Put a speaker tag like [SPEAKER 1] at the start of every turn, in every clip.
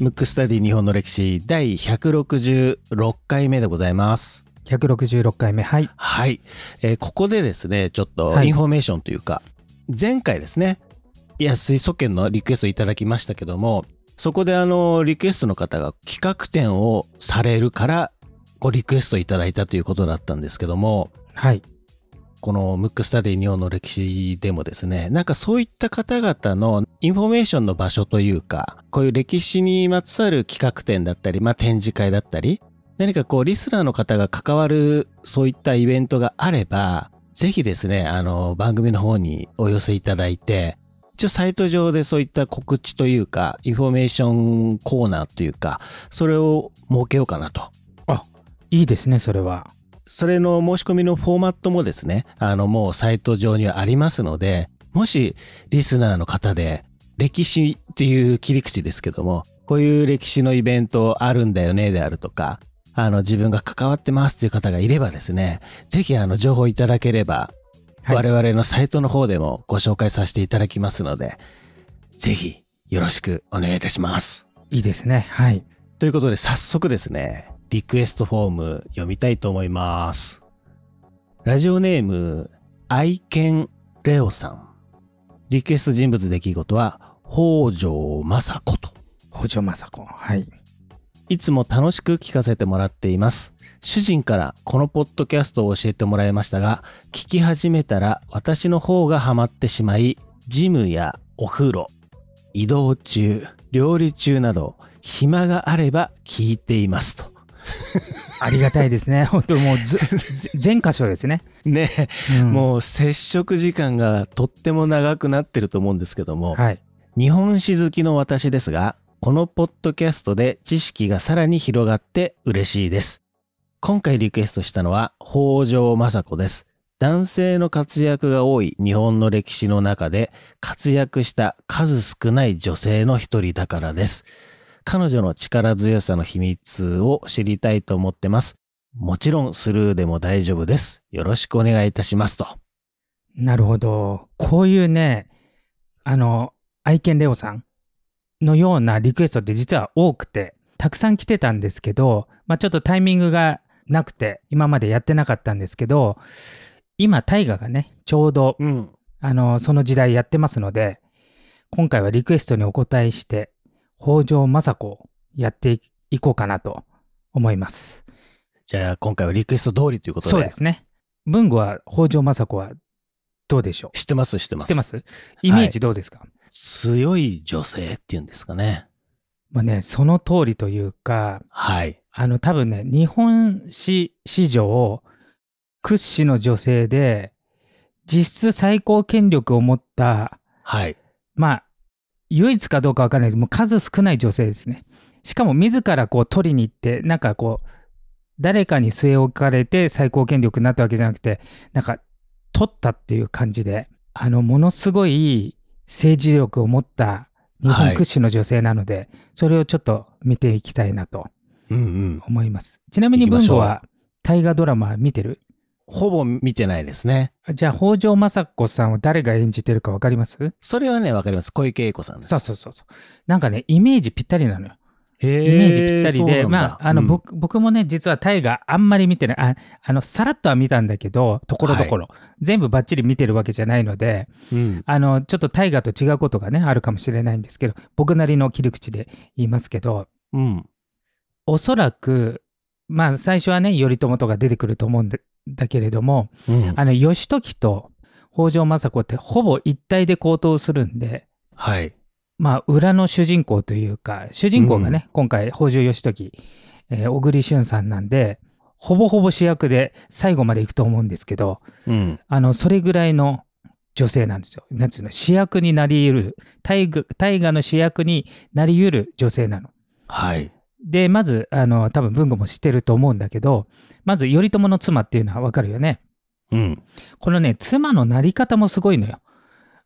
[SPEAKER 1] ムックスタディ日本の歴史第166回目でございます。
[SPEAKER 2] 166回目はい
[SPEAKER 1] はい、えーここでですねちょっと
[SPEAKER 2] はい
[SPEAKER 1] インフォメーションというか、前回ですね安井素圏のリクエストいただきましたけどもそこであのリクエストの方が企画展をされるからごリクエストいただいたということだったんですけども
[SPEAKER 2] はい
[SPEAKER 1] このムックスタディ日本の歴史でもですねなんかそういった方々のインフォメーションの場所というかこういう歴史にまつわる企画展だったり、まあ、展示会だったり何かこうリスナーの方が関わるそういったイベントがあればぜひですねあの番組の方にお寄せいただいて一応サイト上でそういった告知というかインフォメーションコーナーというかそれを設けようかなと
[SPEAKER 2] いいですねそれは
[SPEAKER 1] それの申し込みのフォーマットもですね、あのもうサイト上にはありますので、もしリスナーの方で歴史っていう切り口ですけども、こういう歴史のイベントあるんだよねであるとか、あの自分が関わってますっていう方がいればですね、ぜひあの情報いただければ、
[SPEAKER 2] はい
[SPEAKER 1] 我々のサイトの方でもご紹介させていただきますので、ぜひよろしくお願いいたします。
[SPEAKER 2] いいですねはい
[SPEAKER 1] ということで早速ですねリクエストフォーム読みたいと思いますラジオネーム愛犬レオさんリクエスト人物出来事は北条政子と
[SPEAKER 2] 北条政子はい
[SPEAKER 1] いつも楽しく聞かせてもらっています。主人からこのポッドキャストを教えてもらいましたが、聞き始めたら私の方がハマってしまい、ジムやお風呂、移動中、料理中など、暇があれば聞いていますと。
[SPEAKER 2] ありがたいですね 本当もうずず全箇所ですね、
[SPEAKER 1] ねえ、
[SPEAKER 2] うん
[SPEAKER 1] もう接触時間がとっても長くなってると思うんですけども、
[SPEAKER 2] はい
[SPEAKER 1] 日本史好きの私ですが、このポッドキャストで知識がさらに広がって嬉しいです。今回リクエストしたのは北条政子です。男性の活躍が多い日本の歴史の中で活躍した数少ない女性の一人だからです。彼女の力強さの秘密を知りたいと思ってます。もちろんスルーでも大丈夫です。よろしくお願いいたしますと。
[SPEAKER 2] なるほどこういうねあの愛犬レオさんのようなリクエストって実は多くてたくさん来てたんですけど、まあ、ちょっとタイミングがなくて今までやってなかったんですけど今大河がねちょうど
[SPEAKER 1] うん。
[SPEAKER 2] あの、その時代やってますので、今回はリクエストにお答えして、北条政子をやっていいこうかなと思います。
[SPEAKER 1] じゃあ今回はリクエスト通りということで。
[SPEAKER 2] そうですね。文具は北条政子はどうでしょう
[SPEAKER 1] 知ってます知ってま
[SPEAKER 2] 知
[SPEAKER 1] す。
[SPEAKER 2] ってますイメージどうですか、
[SPEAKER 1] 強い女性っていうんですかね。
[SPEAKER 2] まあね、その通りというか、
[SPEAKER 1] はい。
[SPEAKER 2] あの、多分ね、日本史史上屈指の女性で、実質最高権力を持った
[SPEAKER 1] はい。
[SPEAKER 2] まあ、唯一かどうかわかんないですもう数少ない女性ですね。しかも自らこう取りに行って、なんかこう、誰かに据え置かれて最高権力になったわけじゃなくて、なんか取ったっていう感じで、あの、ものすごい政治力を持った日
[SPEAKER 1] はい
[SPEAKER 2] 本屈指の女性なので、それをちょっと見ていきたいなと
[SPEAKER 1] うんうん。
[SPEAKER 2] 思います。ちなみに
[SPEAKER 1] 行きま
[SPEAKER 2] 文
[SPEAKER 1] しょ
[SPEAKER 2] 吾
[SPEAKER 1] う
[SPEAKER 2] は大河ドラマ見てる
[SPEAKER 1] ほぼ見てないですね。
[SPEAKER 2] じゃあ北条政子さんを誰が演じてるかわかります
[SPEAKER 1] それはね、わかります。小池栄子さんです。
[SPEAKER 2] そうそうそうそう。なんかね、イメージぴったりなのよ。
[SPEAKER 1] へー
[SPEAKER 2] イメージぴったりで、
[SPEAKER 1] そうなんだ
[SPEAKER 2] まあ、あの、
[SPEAKER 1] うん
[SPEAKER 2] 僕僕もね、実はタイがあんまり見てない、ああの、さらっとは見たんだけど、ところどころ、全部ばっちり見てるわけじゃないので、
[SPEAKER 1] うん
[SPEAKER 2] あの、ちょっとタイガと違うことがね、あるかもしれないんですけど、僕なりの切り口で言いますけど、
[SPEAKER 1] うん。
[SPEAKER 2] おそらく、まあ、最初はね、頼朝とか出てくると思うんだだけれども、
[SPEAKER 1] うん。
[SPEAKER 2] あの、義時と北条政子ってほぼ一体で高騰するんで、
[SPEAKER 1] はい。
[SPEAKER 2] まあ、裏の主人公というか、主人公がね、今回、北条義時、えー小栗旬さんなんで、ほぼほぼ主役で最後まで行くと思うんですけど、
[SPEAKER 1] うん。
[SPEAKER 2] あの、それぐらいの女性なんですよ。なんつうの、主役になり得る、大河大河の主役になり得る女性なの。
[SPEAKER 1] はい。
[SPEAKER 2] で、まず、あの、多分文吾も知ってると思うんだけど、まず、頼朝の妻っていうのはわかるよね。
[SPEAKER 1] うん。
[SPEAKER 2] このね、妻のなり方もすごいのよ。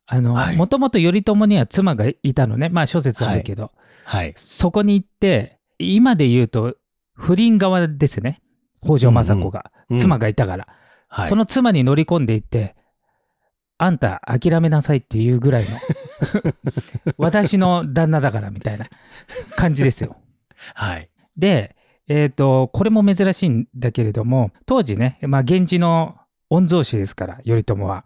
[SPEAKER 2] あの、
[SPEAKER 1] はい
[SPEAKER 2] もともと頼朝には妻がいたのね。まあ諸説あるけど、
[SPEAKER 1] はい。
[SPEAKER 2] そこに行って、今で言うと不倫側ですね。北条政子が、
[SPEAKER 1] うん
[SPEAKER 2] 妻。がいたから、
[SPEAKER 1] はい。
[SPEAKER 2] その妻に乗り込んでいって、あんた諦めなさいっていうぐらいの 私の旦那だからみたいな感じですよ。
[SPEAKER 1] はい。
[SPEAKER 2] で、えー、とこれも珍しいんだけれども当時ね、まあ、源氏の御曹司ですから頼朝は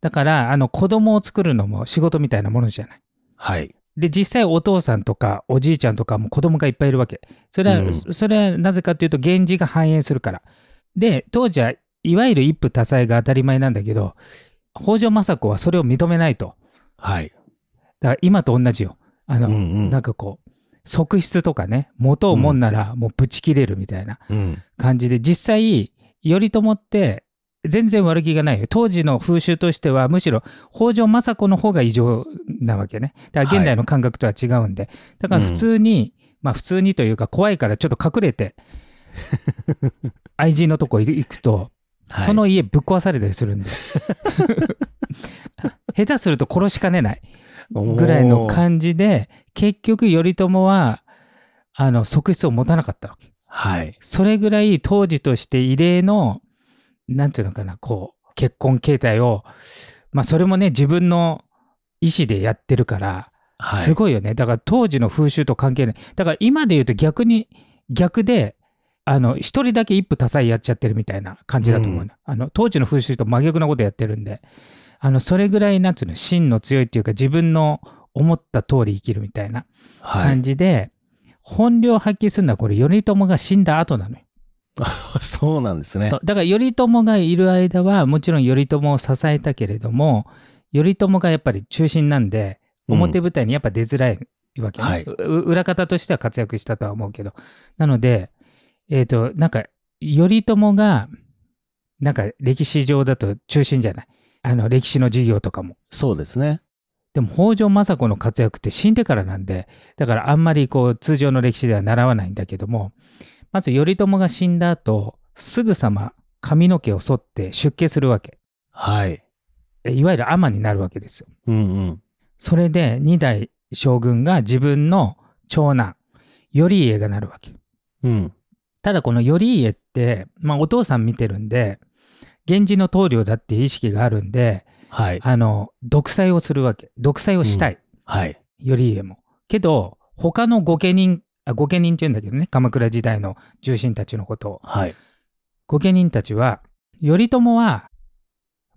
[SPEAKER 2] だからあの子供を作るのも仕事みたいなものじゃない。
[SPEAKER 1] はい。
[SPEAKER 2] で実際お父さんとかおじいちゃんとかも子供がいっぱいいるわけそれは、
[SPEAKER 1] うん
[SPEAKER 2] それはなぜかというと源氏が繁栄するからで当時はいわゆる一夫多妻が当たり前なんだけど北条政子はそれを認めないと
[SPEAKER 1] はい。
[SPEAKER 2] だから今と同じよあの、
[SPEAKER 1] うん
[SPEAKER 2] なんかこう側室とかね元をもんならもうぶち切れるみたいな
[SPEAKER 1] うん。うん。
[SPEAKER 2] 感じで実際頼朝って全然悪気がないよ当時の風習としてはむしろ北条政子の方が異常なわけねだから現代の感覚とは違うんで、だから普通に、まあ普通にというか怖いからちょっと隠れて 愛人のとこ行くと、
[SPEAKER 1] はい
[SPEAKER 2] その家ぶっ壊されたりす るんで下手すると殺しかねないぐらいの感じで結局頼朝はあの側室を持たなかったわけ。
[SPEAKER 1] はい。
[SPEAKER 2] それぐらい当時として異例の、なんていうのかな、こう、結婚形態を、まあそれもね、自分の意思でやってるから、
[SPEAKER 1] はい。
[SPEAKER 2] すごいよね。だから当時の風習と関係ない。だから今で言うと逆に、逆で、あの、一人だけ一夫多妻やっちゃってるみたいな感じだと思うの、あの、当時の風習と真逆なことやってるんで、あの、それぐらい、なんていうの、芯の強いっていうか、自分の思った通り生きるみたいな
[SPEAKER 1] は
[SPEAKER 2] 感
[SPEAKER 1] い。
[SPEAKER 2] じで、本領発揮するのはこれ頼朝が死んだ後なのよ、
[SPEAKER 1] そうなんですね
[SPEAKER 2] そ。うだから頼朝がいる間はもちろん頼朝を支えたけれども頼朝がやっぱり中心なんで表
[SPEAKER 1] うん
[SPEAKER 2] 舞台にやっぱ出づらいわけね、
[SPEAKER 1] はいう
[SPEAKER 2] 裏方としては活躍したとは思うけどなのでえっ、となんか頼朝がなんか歴史上だと中心じゃないあの歴史の授業とかも
[SPEAKER 1] そうですね。
[SPEAKER 2] でも北条政子の活躍って死んでからなんでだからあんまりこう通常の歴史では習わないんだけどもまず頼朝が死んだ後すぐさま髪の毛を剃って出家するわけ
[SPEAKER 1] はい。
[SPEAKER 2] えいわゆる尼になるわけですよ
[SPEAKER 1] うんうん。
[SPEAKER 2] それで2代将軍が自分の長男頼家がなるわけ
[SPEAKER 1] うん。
[SPEAKER 2] ただこの頼家って、まあ、お父さん見てるんで源氏の棟梁だっていう意識があるんで
[SPEAKER 1] はい。
[SPEAKER 2] あの独裁をするわけ独裁をしたい、
[SPEAKER 1] はい。
[SPEAKER 2] 頼家も。けど他の御家人あ御家人って言うんだけどね鎌倉時代の重臣たちのことを
[SPEAKER 1] はい。
[SPEAKER 2] 御家人たちは頼朝は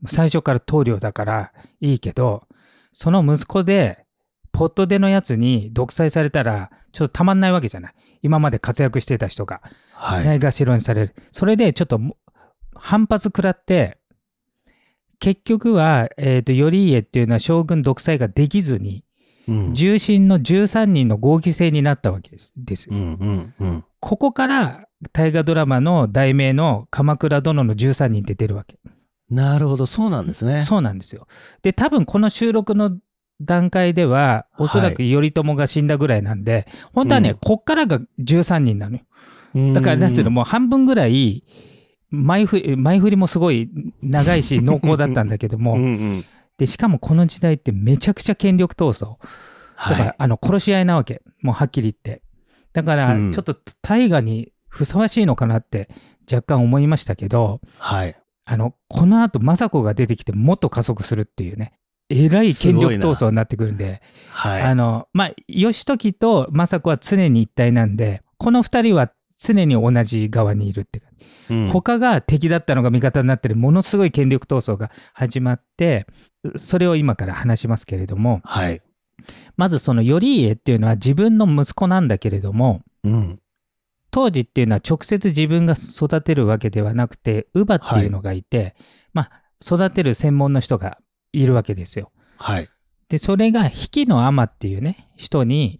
[SPEAKER 2] 最初から棟梁だからいいけどその息子でポットでのやつに独裁されたらちょっとたまんないわけじゃない今まで活躍してた人が
[SPEAKER 1] は。
[SPEAKER 2] ないいがしろにされる、それでちょっとも反発食らって結局は、えー、と頼家っていうのは将軍独裁ができずに
[SPEAKER 1] うん
[SPEAKER 2] 重臣の13人の合議制になったわけですですよ、
[SPEAKER 1] うんうんうん。
[SPEAKER 2] ここから大河ドラマの題名の「鎌倉殿の13人」って出るわけ、
[SPEAKER 1] なるほど、そうなんですね。
[SPEAKER 2] そうなんですよで多分この収録の段階ではおそらく頼朝が死んだぐらいなんで、本当はね、
[SPEAKER 1] うん
[SPEAKER 2] こっからが13人なのよ
[SPEAKER 1] う
[SPEAKER 2] だからなんていうのもう半分ぐらい前振り前振りもすごい長いし濃厚だったんだけども、
[SPEAKER 1] うんうん。
[SPEAKER 2] でしかもこの時代ってめちゃくちゃ権力闘争だから、
[SPEAKER 1] はい。
[SPEAKER 2] あの殺し合いなわけもうはっきり言ってだから、
[SPEAKER 1] うん
[SPEAKER 2] ちょっと大河にふさわしいのかなって若干思いましたけど
[SPEAKER 1] はい。
[SPEAKER 2] あのこのあと政子が出てきてもっと加速するっていうねえらい権力闘争になってくるんで
[SPEAKER 1] は
[SPEAKER 2] あ
[SPEAKER 1] い。
[SPEAKER 2] のまあ義時と政子は常に一体なんでこの2人は常に同じ側にいるって感じ
[SPEAKER 1] うん
[SPEAKER 2] 他が敵だったのが味方になってるものすごい権力闘争が始まってそれを今から話しますけれども、
[SPEAKER 1] はい。
[SPEAKER 2] まずその頼家っていうのは自分の息子なんだけれども
[SPEAKER 1] うん。
[SPEAKER 2] 当時っていうのは直接自分が育てるわけではなくて乳母っていうのがいて、まあ育てる専門の人がいるわけですよ。
[SPEAKER 1] はい。
[SPEAKER 2] でそれが比企の尼っていうね人に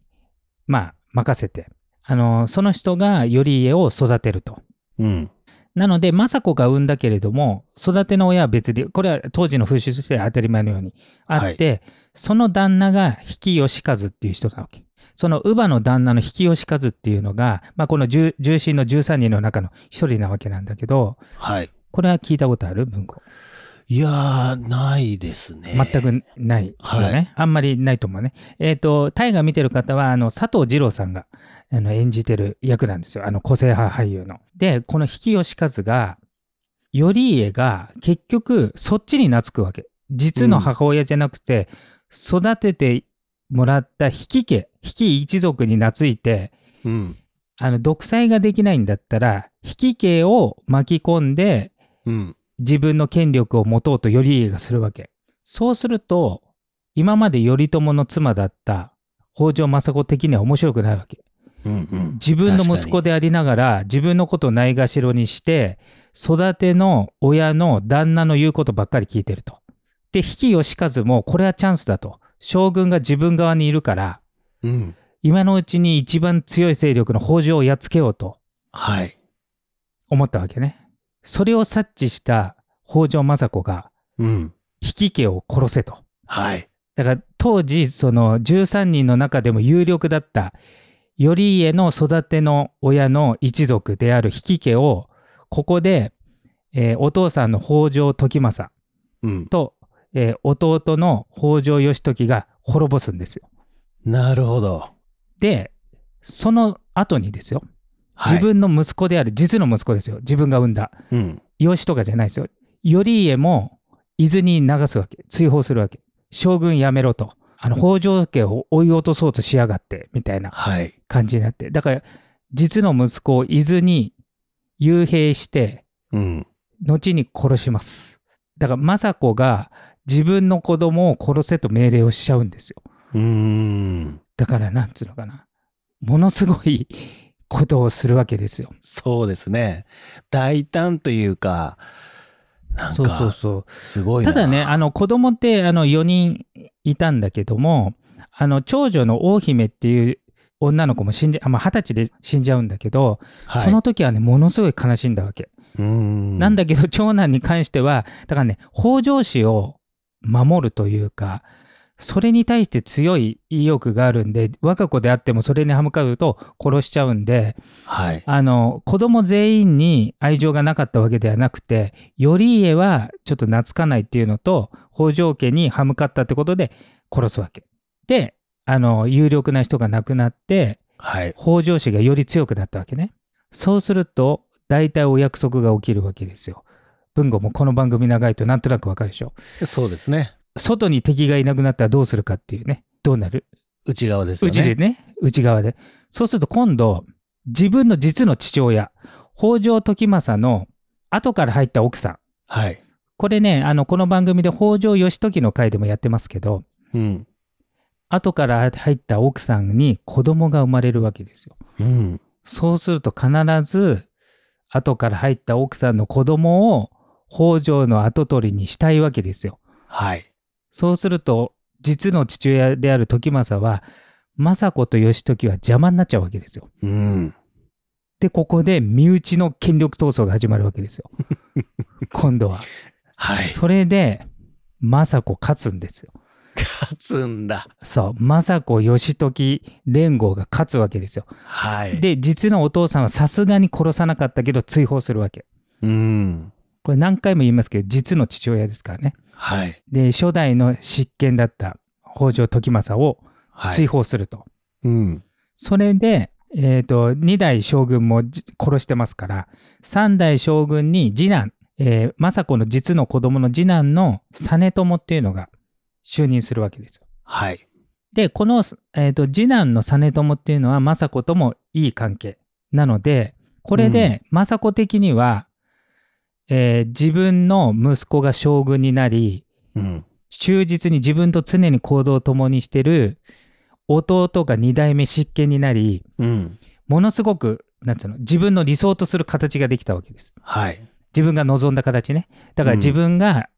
[SPEAKER 2] まあ任せてあのその人が頼家を育てると。
[SPEAKER 1] うん。
[SPEAKER 2] なので政子が産んだけれども育ての親は別でこれは当時の風習として当たり前のようにあって、その旦那が比企義和っていう人なわけその乳母の旦那の比企義和っていうのが、まあ、この重重臣の13人の中の一人なわけなんだけど
[SPEAKER 1] はい。
[SPEAKER 2] これは聞いたことある文庫
[SPEAKER 1] いやー、ないですね。
[SPEAKER 2] 全くないよね、
[SPEAKER 1] は
[SPEAKER 2] あんまりないと思うねえっ、と大河見てる方はあの佐藤二朗さんがあの演じてる役なんですよあの個性派俳優のでこの比企義和が頼家が結局そっちに懐くわけ実の母親じゃなくて、育ててもらった比企家比企一族に懐いて
[SPEAKER 1] うん。
[SPEAKER 2] あの独裁ができないんだったら比企家を巻き込んで
[SPEAKER 1] うん。
[SPEAKER 2] 自分の権力を持とうと頼家がするわけそうすると今まで頼朝の妻だった北条政子的には面白くないわけ
[SPEAKER 1] うん。うん。
[SPEAKER 2] 自分の息子でありながら自分のことをないがしろにして育ての親の旦那の言うことばっかり聞いてると。で比企義和もこれはチャンスだと将軍が自分側にいるから
[SPEAKER 1] うん。
[SPEAKER 2] 今のうちに一番強い勢力の北条をやっつけようと
[SPEAKER 1] はい。
[SPEAKER 2] 思ったわけね。それを察知した北条政子が
[SPEAKER 1] うん。
[SPEAKER 2] 比企家を殺せと。
[SPEAKER 1] はい。
[SPEAKER 2] だから当時その13人の中でも有力だった頼家の育ての親の一族である比企家をここで、えーお父さんの北条時政
[SPEAKER 1] うん。
[SPEAKER 2] と、えー弟の北条義時が滅ぼすんですよ。
[SPEAKER 1] なるほど。
[SPEAKER 2] でその後にですよ
[SPEAKER 1] はい
[SPEAKER 2] 自。分の息子である、実の息子ですよ自分が産んだ
[SPEAKER 1] うん。
[SPEAKER 2] 養子とかじゃないですよ頼家も伊豆に流すわけ追放するわけ将軍やめろとあの北条家を追い落とそうとしやがってみたいな
[SPEAKER 1] はい。
[SPEAKER 2] 感じになってだから実の息子を伊豆に幽閉して
[SPEAKER 1] うん。
[SPEAKER 2] 後に殺しますだから政子が自分の子供を殺せと命令をしちゃうんですよ
[SPEAKER 1] うーん。
[SPEAKER 2] だからなんつうのかなものすごいことをするわけですよ
[SPEAKER 1] そうですね。大胆というか、なん
[SPEAKER 2] そうそう
[SPEAKER 1] か、
[SPEAKER 2] そう
[SPEAKER 1] すごいな。
[SPEAKER 2] ただね、あの子供ってあの4人いたんだけども、あの長女の大姫っていう女の子も死んじゃ、あまあ、20歳で死んじゃうんだけど、
[SPEAKER 1] はい、
[SPEAKER 2] その時はね、ものすごい悲しんだわけ。
[SPEAKER 1] うーん、
[SPEAKER 2] なんだけど、長男に関しては、だからね、北条氏を守るというか、それに対して強い意欲があるんで、我が子であってもそれに歯向かうと殺しちゃうんで、
[SPEAKER 1] はい。
[SPEAKER 2] あの子供全員に愛情がなかったわけではなくて頼家はちょっと懐かないっていうのと北条家に歯向かったってことで殺すわけであの有力な人が亡くなって
[SPEAKER 1] はい。
[SPEAKER 2] 北条氏がより強くなったわけねそうすると大体お約束が起きるわけですよ文吾もこの番組長いとなんとなくわかるでしょ
[SPEAKER 1] そうですね。
[SPEAKER 2] 外に敵がいなくなったらどうするかっていうねどうなる
[SPEAKER 1] 内側ですよ
[SPEAKER 2] う
[SPEAKER 1] ね。
[SPEAKER 2] ちでね、内側で。そうすると今度、自分の実の父親、北条時政の後から入った奥さん。
[SPEAKER 1] はい。
[SPEAKER 2] これね、あの、この番組で北条義時の回でもやってますけど、
[SPEAKER 1] うん。
[SPEAKER 2] 後から入った奥さんに子供が生まれるわけですよ。
[SPEAKER 1] うん。
[SPEAKER 2] そうすると必ず、後から入った奥さんの子供を北条の跡取りにしたいわけですよ。
[SPEAKER 1] はい。
[SPEAKER 2] そうすると、実の父親である時政は、政子と義時は邪魔になっちゃうわけですよ。
[SPEAKER 1] うん。
[SPEAKER 2] でここで身内の権力闘争が始まるわけです よ今度は
[SPEAKER 1] はい。
[SPEAKER 2] それで政子勝つんですよ
[SPEAKER 1] 勝つんだ。
[SPEAKER 2] そう政子義時連合が勝つわけですよ
[SPEAKER 1] はい。、
[SPEAKER 2] で実のお父さんはさすがに殺さなかったけど追放するわけ
[SPEAKER 1] うん。
[SPEAKER 2] これ何回も言いますけど実の父親ですからね
[SPEAKER 1] はい。
[SPEAKER 2] で初代の執権だった北条時政を
[SPEAKER 1] は
[SPEAKER 2] 追
[SPEAKER 1] い。
[SPEAKER 2] 放すると、
[SPEAKER 1] うん。
[SPEAKER 2] それで、えー、と2代将軍もじ殺してますから3代将軍に次男、えー政子の実の子供の次男の実朝っていうのが就任するわけですよ。
[SPEAKER 1] はい。
[SPEAKER 2] でこの、えー、と次男の実朝っていうのは政子ともいい関係なのでこれで政子的には、えー自分の息子が将軍になり
[SPEAKER 1] うん。
[SPEAKER 2] 忠実に自分と常に行動を共にしてる弟が2代目執権になり
[SPEAKER 1] うん。
[SPEAKER 2] ものすごくなんつうの自分の理想とする形ができたわけです
[SPEAKER 1] はい。
[SPEAKER 2] 自分が望んだ形ねだから
[SPEAKER 1] うん
[SPEAKER 2] 自分が、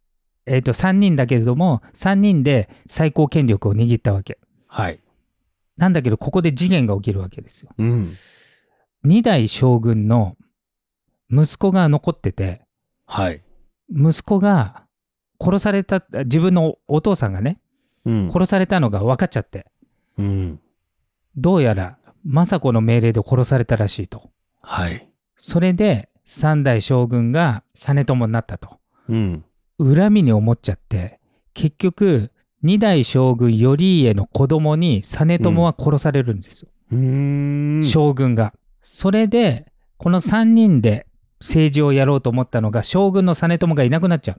[SPEAKER 2] えー、と3人だけれども3人で最高権力を握ったわけ
[SPEAKER 1] はい。
[SPEAKER 2] なんだけどここで事件が起きるわけですよ
[SPEAKER 1] うん。
[SPEAKER 2] 2代将軍の息子が残ってて
[SPEAKER 1] はい。
[SPEAKER 2] 息子が殺された自分のお父さんがね
[SPEAKER 1] うん。
[SPEAKER 2] 殺されたのが分かっちゃって
[SPEAKER 1] うん。
[SPEAKER 2] どうやら政子の命令で殺されたらしいと
[SPEAKER 1] はい。
[SPEAKER 2] それで3代将軍が実朝になったと
[SPEAKER 1] うん。
[SPEAKER 2] 恨みに思っちゃって結局二代将軍頼家の子供に実朝は殺されるんですよ、
[SPEAKER 1] うーん。
[SPEAKER 2] 将軍が。それでこの3人で政治をやろうと思ったのが将軍の実朝がいなくなっちゃ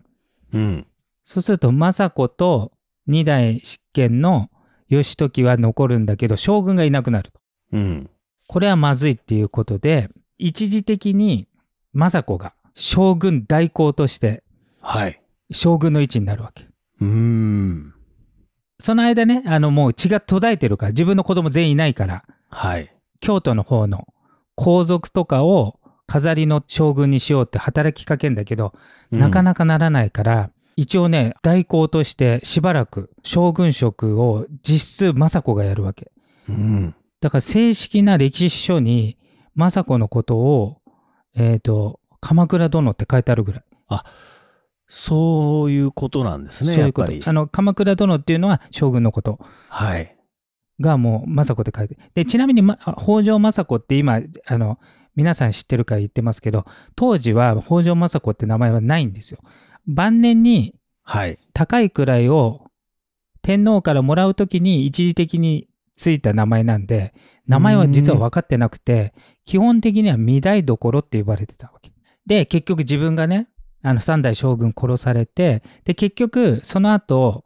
[SPEAKER 2] う。
[SPEAKER 1] うん。
[SPEAKER 2] そうすると政子と二代執権の義時は残るんだけど将軍がいなくなると
[SPEAKER 1] うん。
[SPEAKER 2] これはまずいっていうことで一時的に政子が将軍代行として
[SPEAKER 1] はい。
[SPEAKER 2] 将軍の位置になるわけ
[SPEAKER 1] うーん。
[SPEAKER 2] その間ねあのもう血が途絶えてるから自分の子供全員いないから
[SPEAKER 1] はい。
[SPEAKER 2] 京都の方の皇族とかを飾りの将軍にしようって働きかけんだけど、なかなかならないから一応ね代行としてしばらく将軍職を実質政子がやるわけ
[SPEAKER 1] か。うん。
[SPEAKER 2] だから正式な歴史書に政子のことをえっ、と「鎌倉殿」って書いてあるぐらい
[SPEAKER 1] そういうことなんですね、
[SPEAKER 2] そうい
[SPEAKER 1] やっ
[SPEAKER 2] うこ
[SPEAKER 1] ぱ
[SPEAKER 2] と
[SPEAKER 1] り。
[SPEAKER 2] あの鎌倉殿っていうのは将軍のこと
[SPEAKER 1] はい。
[SPEAKER 2] がもう政子って書いてでちなみに、ま、北条政子って今あの皆さん知ってるから言ってますけど当時は北条政子って名前はないんですよ晩年に
[SPEAKER 1] はい。
[SPEAKER 2] 高い位を天皇からもらう時に一時的についた名前なんで名前は実は分かってなくて基本的には御台所って呼ばれてたわけで結局自分がねあの三代将軍殺されてで結局その後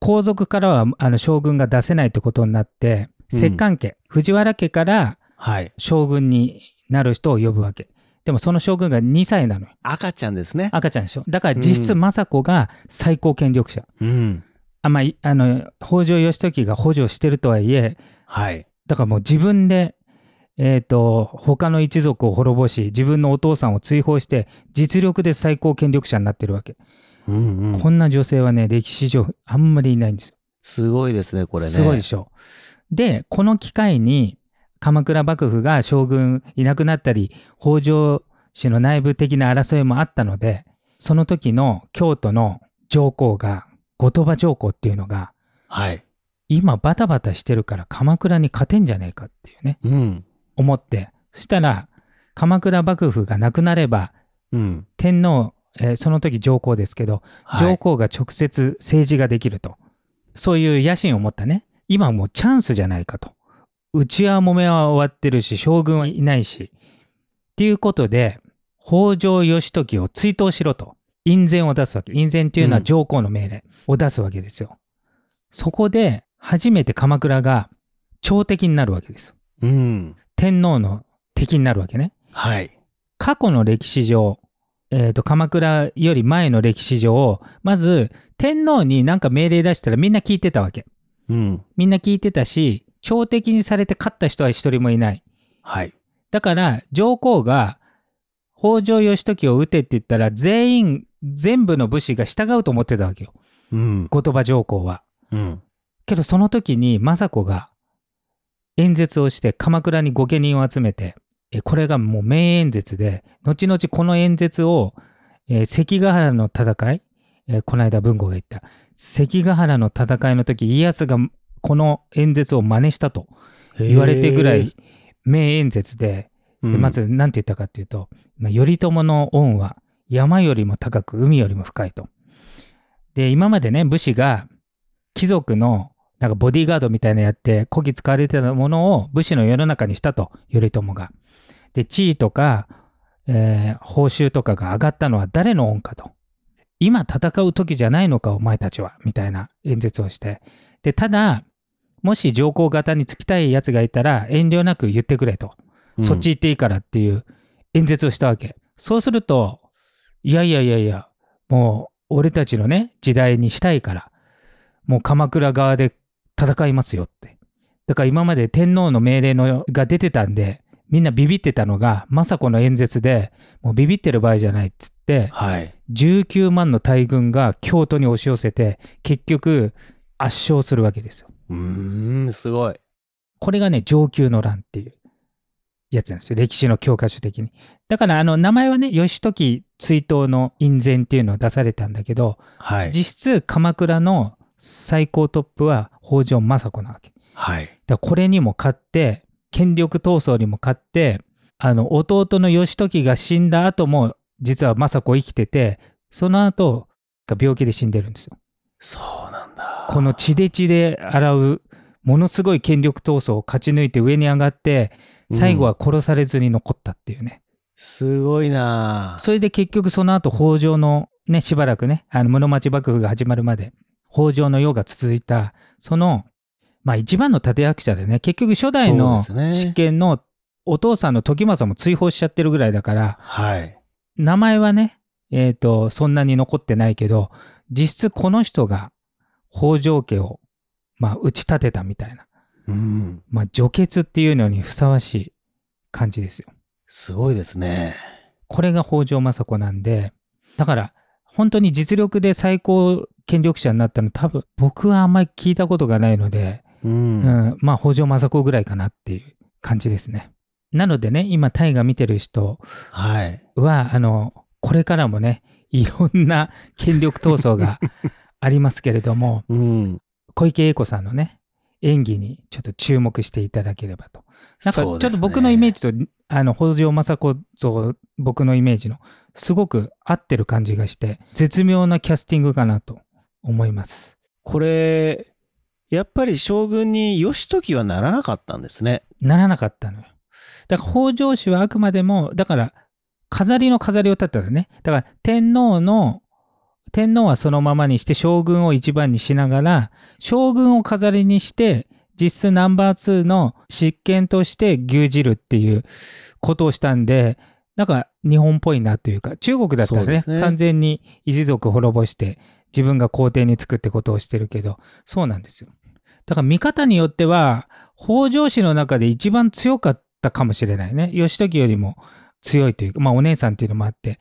[SPEAKER 2] 皇族からはあの将軍が出せないってことになって
[SPEAKER 1] うん
[SPEAKER 2] 摂関家、藤原家から
[SPEAKER 1] はい。
[SPEAKER 2] 将軍になる人を呼ぶわけでもその将軍が2歳なのよ
[SPEAKER 1] 赤ちゃんですね。
[SPEAKER 2] 赤ちゃんでしょだから実質
[SPEAKER 1] うん
[SPEAKER 2] 政子が最高権力者
[SPEAKER 1] うん。
[SPEAKER 2] あまあいあの北条義時が補助してるとはいえ
[SPEAKER 1] はい。
[SPEAKER 2] だからもう自分で、えー、と他の一族を滅ぼし自分のお父さんを追放して実力で最高権力者になってるわ
[SPEAKER 1] う
[SPEAKER 2] け、
[SPEAKER 1] んうん
[SPEAKER 2] こんな女性はね歴史上あんまりいないんですよ
[SPEAKER 1] すごいですね、これね。
[SPEAKER 2] すごいでしょでこの機会に鎌倉幕府が将軍いなくなったり北条氏の内部的な争いもあったのでその時の京都の上皇が後鳥羽上皇っていうのが
[SPEAKER 1] はい。
[SPEAKER 2] 今バタバタしてるから鎌倉に勝てんじゃねえかっていうね
[SPEAKER 1] うん。
[SPEAKER 2] 思ってそしたら鎌倉幕府がなくなれば
[SPEAKER 1] うん。
[SPEAKER 2] 天皇、えーその時上皇ですけど、
[SPEAKER 1] はい
[SPEAKER 2] 上皇が直接政治ができるとそういう野心を持ったね今はもうチャンスじゃないかと内輪もめは終わってるし将軍はいないしっていうことで北条義時を追討しろと院宣を出すわけ院宣っていうのは
[SPEAKER 1] うん
[SPEAKER 2] 上皇の命令を出すわけですよ、そこで初めて鎌倉が朝敵になるわけです
[SPEAKER 1] うん。
[SPEAKER 2] 天皇の敵になるわけね
[SPEAKER 1] はい。
[SPEAKER 2] 過去の歴史上、えー、と鎌倉より前の歴史上まず天皇に何か命令出したらみんな聞いてたわけ
[SPEAKER 1] うん。
[SPEAKER 2] みんな聞いてたし朝敵にされて勝った人は一人もいない
[SPEAKER 1] はい。
[SPEAKER 2] だから上皇が北条義時を討てって言ったら全員全部の武士が従うと思ってたわけよ
[SPEAKER 1] うん。
[SPEAKER 2] 後鳥羽上皇は
[SPEAKER 1] うん。
[SPEAKER 2] けどその時に政子が演説をして鎌倉に御家人を集めてえこれがもう名演説で後々この演説を、えー関ヶ原の戦い、えーこの間文豪が言った関ヶ原の戦いの時家康がこの演説を真似したと言われてぐらい名演説で
[SPEAKER 1] へー、
[SPEAKER 2] でまず何て言ったかっていうと、まあ頼朝の恩は山よりも高く海よりも深いと。で今までね武士が貴族のなんかボディーガードみたいなのやってこき使われてたものを武士の世の中にしたと頼朝が。で地位とか、えー報酬とかが上がったのは誰の恩かと。今戦う時じゃないのかお前たちはみたいな演説をして。でただもし上皇方につきたいやつがいたら遠慮なく言ってくれと。
[SPEAKER 1] うん
[SPEAKER 2] そっち。行っていいからっていう演説をしたわけ。そうすると、いやいやいやいや、もう俺たちのね、時代にしたいから、もう鎌倉側で戦いますよって。だから今まで天皇の命令のが出てたんで、みんなビビってたのが、政子の演説で、もうビビってる場合じゃないっつって、
[SPEAKER 1] はい。
[SPEAKER 2] 19万の大軍が京都に押し寄せて、結局圧勝するわけですよ。
[SPEAKER 1] うーん、すごい。
[SPEAKER 2] これがね、上級の乱っていうやつなんですよ。歴史の教科書的に。だから、あの、名前はね、義時追悼の院宣っていうのを出されたんだけど、
[SPEAKER 1] はい。
[SPEAKER 2] 実質、鎌倉の最高トップは北条政子なわけ。だか
[SPEAKER 1] はい。
[SPEAKER 2] ら、これにも勝って、権力闘争にも勝って、あの、弟の義時が死んだ後も、実は政子生きてて、その後、病気で死んでるんですよ。
[SPEAKER 1] そうなんだ。
[SPEAKER 2] この血で血で洗うものすごい権力闘争を勝ち抜いて上に上がって最後は殺されずに残ったっていうね、
[SPEAKER 1] すごいなあ
[SPEAKER 2] それで結局その後北条のね、しばらくね、あの室町幕府が始まるまで、北条の世が続いた、その、まあ一番の立役者でね、結局初代の
[SPEAKER 1] そうですね
[SPEAKER 2] 執権のお父さんの時政も追放しちゃってるぐらいだから、
[SPEAKER 1] はい。
[SPEAKER 2] 名前はね、えっ、と、そんなに残ってないけど、実質この人が北条家を、まあ打ち立てたみたいな、
[SPEAKER 1] うん。
[SPEAKER 2] まあ除血っていうのにふさわしい感じですよ。
[SPEAKER 1] すごいですね。
[SPEAKER 2] これが北条政子なんで、だから本当に実力で最高権力者になったの多分僕はあんまり聞いたことがないので、
[SPEAKER 1] う。
[SPEAKER 2] うんん、まあ北条政子ぐらいかなっていう感じですね。なのでね、今タイが見てる人
[SPEAKER 1] はい。
[SPEAKER 2] は、あの、これからもね、いろんな権力闘争 がありますけれども、
[SPEAKER 1] うん。
[SPEAKER 2] 小池栄子さんのね、演技にちょっと注目していただければと。なんかちょっと僕のイメージと、あの北条政子像僕のイメージのすごく合ってる感じがして絶妙なキャスティングかなと思います。
[SPEAKER 1] これ、やっぱり将軍に義時はならなかったんですね。
[SPEAKER 2] ならなかったのよ。だから北条氏はあくまでもだから飾りの飾りを立ったらねだから天皇の天皇はそのままにして将軍を一番にしながら将軍を飾りにして実質ナンバー2の執権として牛耳るっていうことをしたんでなんか日本っぽいなというか中国だったら
[SPEAKER 1] そう
[SPEAKER 2] ね
[SPEAKER 1] ですね
[SPEAKER 2] 完全に一族滅ぼして自分が皇帝につくってことをしてるけどそうなんですよだから見方によっては北条氏の中で一番強かったかもしれないね義時よりも強いというかまあお姉さんっていうのもあって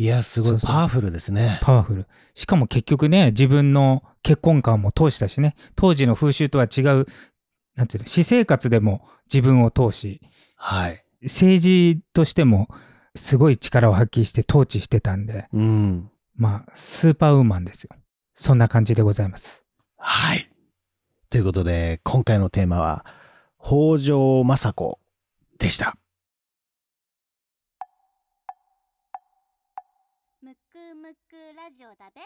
[SPEAKER 1] いや、すご
[SPEAKER 2] そ
[SPEAKER 1] いう
[SPEAKER 2] そう
[SPEAKER 1] パワフルですね。
[SPEAKER 2] パワフル。しかも結局ね、自分の結婚観も通したしね、当時の風習とは違う、なんていうの、私生活でも自分を通し、
[SPEAKER 1] はい。
[SPEAKER 2] 政治としてもすごい力を発揮して統治してたんで、
[SPEAKER 1] うん。
[SPEAKER 2] まあ、スーパーウーマンですよ。そんな感じでございます。
[SPEAKER 1] はい。ということで、今回のテーマは、北条政子でした。
[SPEAKER 3] むくむくラジオだべ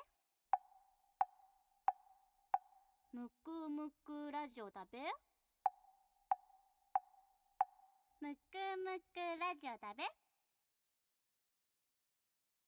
[SPEAKER 3] むくむくラジオだべむくむくラジオだべ